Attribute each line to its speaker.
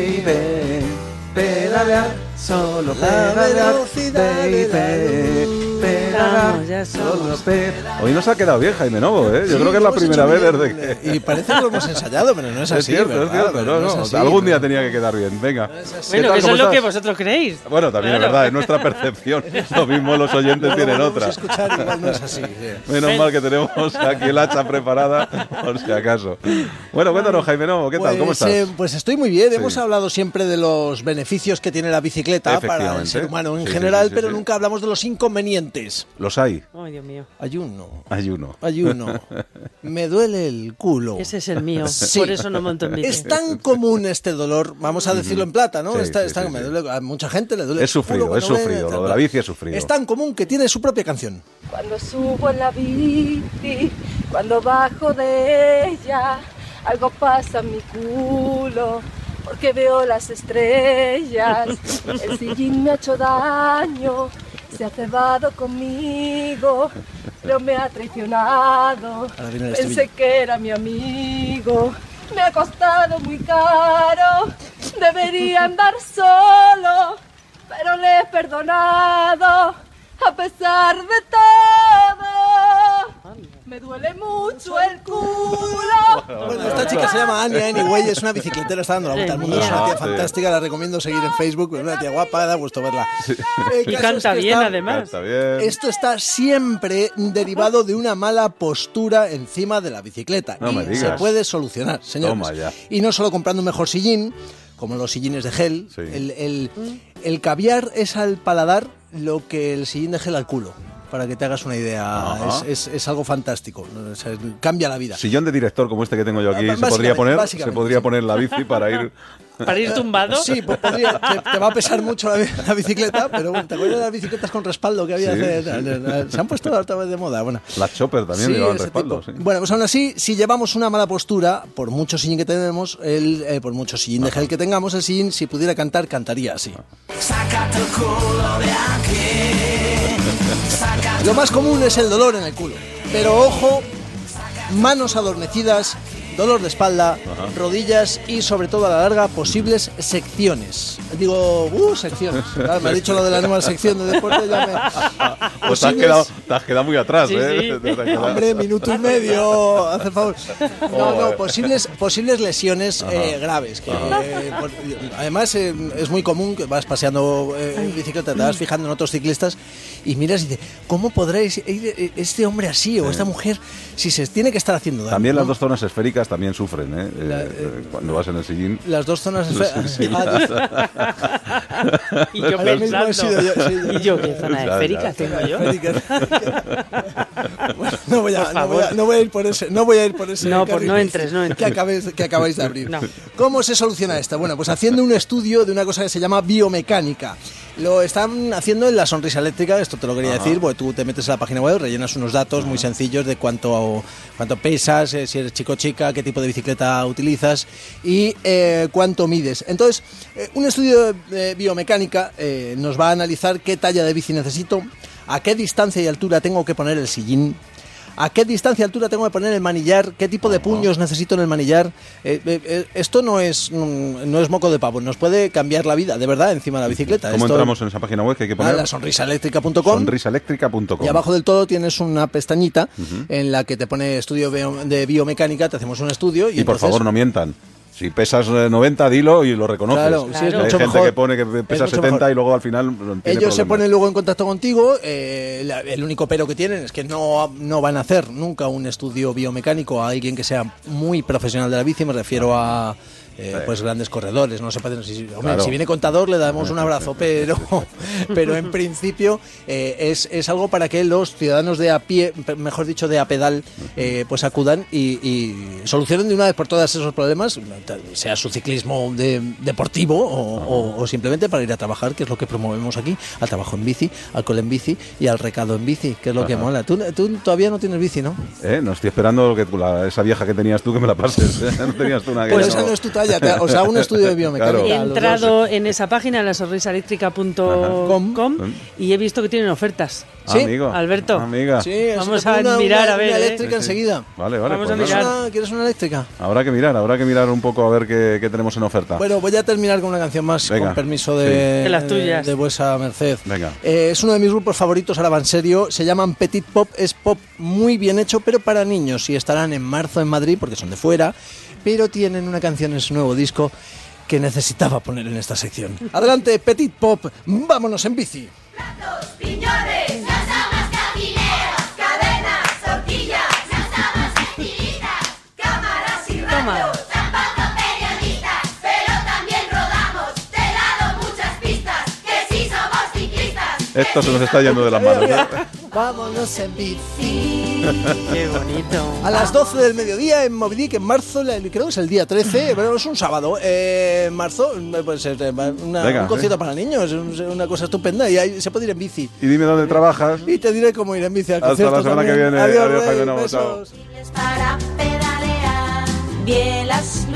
Speaker 1: baby. Pedalear, solo pedalear, baby.
Speaker 2: Vamos, ya
Speaker 1: Pedalear, solo
Speaker 2: somos.
Speaker 1: pedalear. Hoy nos ha quedado bien Jaime Novo, ¿eh? Yo
Speaker 3: Sí,
Speaker 1: creo que es la
Speaker 3: hemos
Speaker 1: primera
Speaker 3: hecho
Speaker 1: vez
Speaker 3: bien
Speaker 1: desde que...
Speaker 3: el- Pues Y parece que lo hemos ensayado, pero no es así.
Speaker 1: es cierto,
Speaker 3: ¿verdad?
Speaker 1: es cierto.
Speaker 3: Pero
Speaker 1: No, no,
Speaker 3: es así,
Speaker 1: algún día
Speaker 3: pero-
Speaker 1: tenía que quedar bien, venga.
Speaker 2: Bueno, que eso
Speaker 1: ¿Cómo
Speaker 2: es lo que
Speaker 1: estás?
Speaker 2: vosotros creéis.
Speaker 1: Bueno, también es
Speaker 2: Claro.
Speaker 1: verdad, es nuestra percepción. Lo mismo los oyentes
Speaker 3: Luego
Speaker 1: tienen
Speaker 3: volvemos a
Speaker 1: otra.
Speaker 3: escuchar, igual no es así. sí.
Speaker 1: Menos mal que tenemos aquí el hacha preparada, por si acaso. Bueno, cuéntanos, Jaime Novo, ¿qué tal? ¿Cómo
Speaker 3: Pues,
Speaker 1: estás?
Speaker 3: eh, pues estoy muy bien.
Speaker 1: Sí.
Speaker 3: Hemos hablado siempre de los beneficios que tiene la bicicleta para el
Speaker 1: Efectivamente.
Speaker 3: ser humano en
Speaker 1: Sí, sí,
Speaker 3: general,
Speaker 1: sí, sí,
Speaker 3: pero
Speaker 1: sí.
Speaker 3: nunca hablamos de los inconvenientes.
Speaker 1: Los hay,
Speaker 2: Ay, Dios mío.
Speaker 3: Hay uno,
Speaker 1: hay uno.
Speaker 3: hay uno. Me duele el culo.
Speaker 2: Ese es el mío.
Speaker 3: Oh. Sí.
Speaker 2: Por eso no monto en bici.
Speaker 3: Es tan común este dolor, vamos a decirlo en plata, ¿no?
Speaker 1: Sí,
Speaker 3: Está-
Speaker 1: sí,
Speaker 3: está-
Speaker 1: sí,
Speaker 3: me
Speaker 1: sí.
Speaker 3: duele- a mucha gente le duele.
Speaker 1: Es
Speaker 3: el culo
Speaker 1: sufrido, es
Speaker 3: cuando ve-
Speaker 1: sufrido, lo de la bici es sufrido.
Speaker 3: Es tan común que tiene su propia canción.
Speaker 4: Cuando subo en la bici, cuando bajo de ella, algo pasa en mi culo, porque veo las estrellas. El sillín me ha hecho daño, se ha cebado conmigo, pero me ha traicionado.
Speaker 3: Ahora viene el
Speaker 4: Pensé
Speaker 3: estribillo.
Speaker 4: que era mi amigo, me ha costado muy caro, debería andar solo, pero le he perdonado a pesar de todo. Me duele mucho el culo.
Speaker 3: Bueno, esta chica se llama Anya Anyway, es una bicicletera, está dando la vuelta al mundo, es una tía
Speaker 1: Sí.
Speaker 3: fantástica, la recomiendo seguir en Facebook, es una tía guapa, da gusto verla. El
Speaker 2: Y
Speaker 3: caso
Speaker 2: canta
Speaker 3: es que
Speaker 2: bien,
Speaker 3: está-
Speaker 2: además.
Speaker 1: Está bien.
Speaker 3: Esto está siempre derivado de una mala postura encima de la bicicleta.
Speaker 1: No
Speaker 3: y
Speaker 1: me digas.
Speaker 3: se puede solucionar, señores.
Speaker 1: Toma ya.
Speaker 3: Y no solo comprando un mejor sillín, como los sillines de gel.
Speaker 1: Sí.
Speaker 3: El, el- el caviar es al paladar lo que el sillín de gel al culo. Para que te hagas una idea,
Speaker 1: Ajá.
Speaker 3: es, es- es algo fantástico. O sea, cambia la vida.
Speaker 1: Sillón de director como este que tengo yo aquí, se podría
Speaker 3: Ah, Básicamente,
Speaker 1: poner, se
Speaker 3: básicamente,
Speaker 1: podría
Speaker 3: sí.
Speaker 1: poner la bici para ir.
Speaker 2: Para ir tumbado.
Speaker 3: Sí, pues podría- te, te va a pesar mucho la, bi- la bicicleta, pero bueno, te acuerdas de las bicicletas con respaldo que había
Speaker 1: Sí,
Speaker 3: hace-
Speaker 1: sí.
Speaker 3: Se han puesto otra vez de moda. Bueno.
Speaker 1: Las chopper también
Speaker 3: Sí,
Speaker 1: llevaban
Speaker 3: ese
Speaker 1: respaldo.
Speaker 3: tipo.
Speaker 1: sí.
Speaker 3: Bueno, pues aún así, si llevamos una mala postura, por mucho sillín que tenemos, el, eh, por mucho sillín de gel que tengamos, el sillín, si pudiera cantar, cantaría así. Lo más común es el dolor en el culo. Pero ojo, manos adormecidas, dolor de espalda, rodillas y sobre todo a la larga posibles secciones. Digo, uh, secciones. Claro, me ha dicho lo de la nueva sección de deporte. Ya me...
Speaker 1: Pues te has,
Speaker 3: Posibles-
Speaker 1: quedado, te has quedado muy atrás,
Speaker 2: Sí,
Speaker 1: ¿eh?
Speaker 2: sí.
Speaker 1: Te has quedado-
Speaker 3: Hombre, minuto y medio, hace favor. No,
Speaker 1: Joder.
Speaker 3: no, posibles, posibles lesiones eh, graves. que, eh, por- además, eh, es muy común que vas paseando eh, en bicicleta, te
Speaker 2: Mm.
Speaker 3: vas fijando en otros ciclistas y miras y dices, ¿cómo podréis ir eh, este hombre así o esta mujer si se tiene que estar haciendo daño?
Speaker 1: También las
Speaker 3: ¿no?
Speaker 1: dos zonas esféricas también sufren, ¿eh? Eh,
Speaker 3: La-
Speaker 1: eh, cuando vas en el sillín.
Speaker 3: Las dos zonas esféricas. Ah, dice,
Speaker 2: Y yo
Speaker 3: Ahora mismo he
Speaker 2: pensando.
Speaker 3: sido yo, sí, yo.
Speaker 2: Y yo, ¿qué zona
Speaker 1: Ya, ya,
Speaker 2: esférica
Speaker 1: ya.
Speaker 2: tengo yo?
Speaker 3: esféricas. Bueno, no, voy a,
Speaker 2: Por
Speaker 3: no, voy a,
Speaker 2: favor.
Speaker 3: no voy a ir por ese. No voy a ir por ese.
Speaker 2: No, por-
Speaker 3: carril
Speaker 2: no entres, no entres.
Speaker 3: Que acabáis, que acabáis de abrir.
Speaker 2: No.
Speaker 3: ¿Cómo se soluciona esta? Bueno, pues haciendo un estudio de una cosa que se llama biomecánica. Lo están haciendo en la sonrisa eléctrica, esto te lo quería decir, porque tú te metes a la página web, rellenas unos datos muy sencillos de cuánto, cuánto pesas, eh, si eres chico o chica, qué tipo de bicicleta utilizas y eh, cuánto mides. Entonces, eh, un estudio de biomecánica eh, nos va a analizar qué talla de bici necesito, a qué distancia y altura tengo que poner el sillín, ¿A qué distancia y altura tengo que poner el manillar? ¿Qué tipo de puños necesito en el manillar? Eh, eh, eh, esto no es, mm, no es moco de pavo, nos puede cambiar la vida, de verdad, encima de la bicicleta.
Speaker 1: ¿Cómo
Speaker 3: Esto-
Speaker 1: entramos en esa página web que hay que
Speaker 3: a
Speaker 1: poner?
Speaker 3: la sonrisaeléctrica.com
Speaker 1: Sonrisaeléctrica.com.
Speaker 3: y abajo del todo tienes una pestañita en la que te pone estudio bio- de biomecánica, te hacemos un estudio y,
Speaker 1: Y por
Speaker 3: entonces-
Speaker 1: favor, no mientan. Si pesas eh, 90 dilo y lo reconoces.
Speaker 3: Claro, sí, es
Speaker 1: Hay
Speaker 3: mucho
Speaker 1: gente
Speaker 3: mejor.
Speaker 1: que pone que pe-
Speaker 3: Es
Speaker 1: pesa
Speaker 3: mucho
Speaker 1: 70
Speaker 3: mejor.
Speaker 1: y luego al final mm, tiene
Speaker 3: Ellos se
Speaker 1: problemas.
Speaker 3: ponen luego en contacto contigo. eh, la- el único pero que tienen es que no, no van a hacer nunca un estudio biomecánico a alguien que sea muy profesional de la bici. Me refiero a eh, pues grandes corredores. No se pueden- si, hombre,
Speaker 1: Claro.
Speaker 3: si viene contador le damos un abrazo, pero, pero en principio eh, es, es algo para que los ciudadanos de a pie, pe- mejor dicho de a pedal, eh, pues acudan y, y solucionen de una vez por todas esos problemas, sea su ciclismo de- deportivo o, o- o simplemente para ir a trabajar, que es lo que promovemos aquí, al trabajo en bici, al cole en bici y al recado en bici, que es lo que mola. Tú, tú todavía no tienes bici, ¿no?
Speaker 1: Eh, No estoy esperando que tú la- esa vieja que tenías tú que me la pases. ¿eh? No tenías tú una que
Speaker 3: Pues
Speaker 1: yo
Speaker 3: esa no es tu talla, te- o sea, un estudio de biomecánica.
Speaker 1: Claro.
Speaker 2: He
Speaker 3: los dos.
Speaker 2: entrado en esa página, la sonrisaeléctrica.com,
Speaker 3: Ajá.
Speaker 2: y he visto que tienen ofertas.
Speaker 3: Sí.
Speaker 1: Amigo.
Speaker 2: Alberto.
Speaker 1: Amiga.
Speaker 3: Sí, es
Speaker 2: Vamos
Speaker 3: una-
Speaker 2: a
Speaker 3: una-
Speaker 2: mirar,
Speaker 3: una-
Speaker 2: a ver,
Speaker 3: una
Speaker 2: ¿eh?
Speaker 3: eléctrica
Speaker 1: Sí, sí.
Speaker 3: enseguida.
Speaker 1: Vale, vale.
Speaker 2: Vamos
Speaker 1: pues
Speaker 2: a
Speaker 1: nada.
Speaker 3: ¿Quieres
Speaker 2: mirar.
Speaker 3: una, quieres una eléctrica?
Speaker 1: Habrá que mirar, habrá que mirar un poco a ver qué, qué tenemos en oferta.
Speaker 3: Bueno, voy a terminar con una canción más,
Speaker 1: Ah. Venga.
Speaker 3: con permiso de,
Speaker 2: Sí. De las tuyas.
Speaker 3: de vuesa merced.
Speaker 1: Venga.
Speaker 3: Eh, es uno de mis grupos favoritos, ahora va en serio. Se llaman Petit Pop. Es pop muy bien hecho, pero para niños. Y estarán en marzo en Madrid, porque son de fuera. Pero tienen una canción en su nuevo disco que necesitaba poner en esta sección. Adelante, Petit Pop. Vámonos en bici.
Speaker 5: Platos, piñones, las damas cabineros, cadenas, horquillas, las damas estilistas, cámaras y
Speaker 2: Toma.
Speaker 5: radios, zapatos periodistas, pero también rodamos, te he dado muchas pistas, que sí somos ciclistas. que
Speaker 1: Esto se
Speaker 5: sí
Speaker 1: nos está yendo de las manos.
Speaker 3: Vámonos en bici.
Speaker 2: Qué bonito.
Speaker 3: A las 12 del mediodía en Moby Dick, en marzo, la- creo que es el día 13, pero es un sábado. Eh, en marzo, eh, pues eh, una-
Speaker 1: Venga,
Speaker 3: un concierto
Speaker 1: sí.
Speaker 3: para niños, es una cosa estupenda. Y ahí se puede ir en bici.
Speaker 1: Y dime dónde trabajas.
Speaker 3: Y te diré cómo ir en bici al
Speaker 1: Hasta
Speaker 3: concierto.
Speaker 1: la semana que
Speaker 3: también.
Speaker 1: viene.
Speaker 3: Adiós,
Speaker 1: Adiós,
Speaker 3: Rey,
Speaker 1: Jaime Novo,
Speaker 3: besos.
Speaker 1: chao.
Speaker 5: somos para pedalear, bien las luces.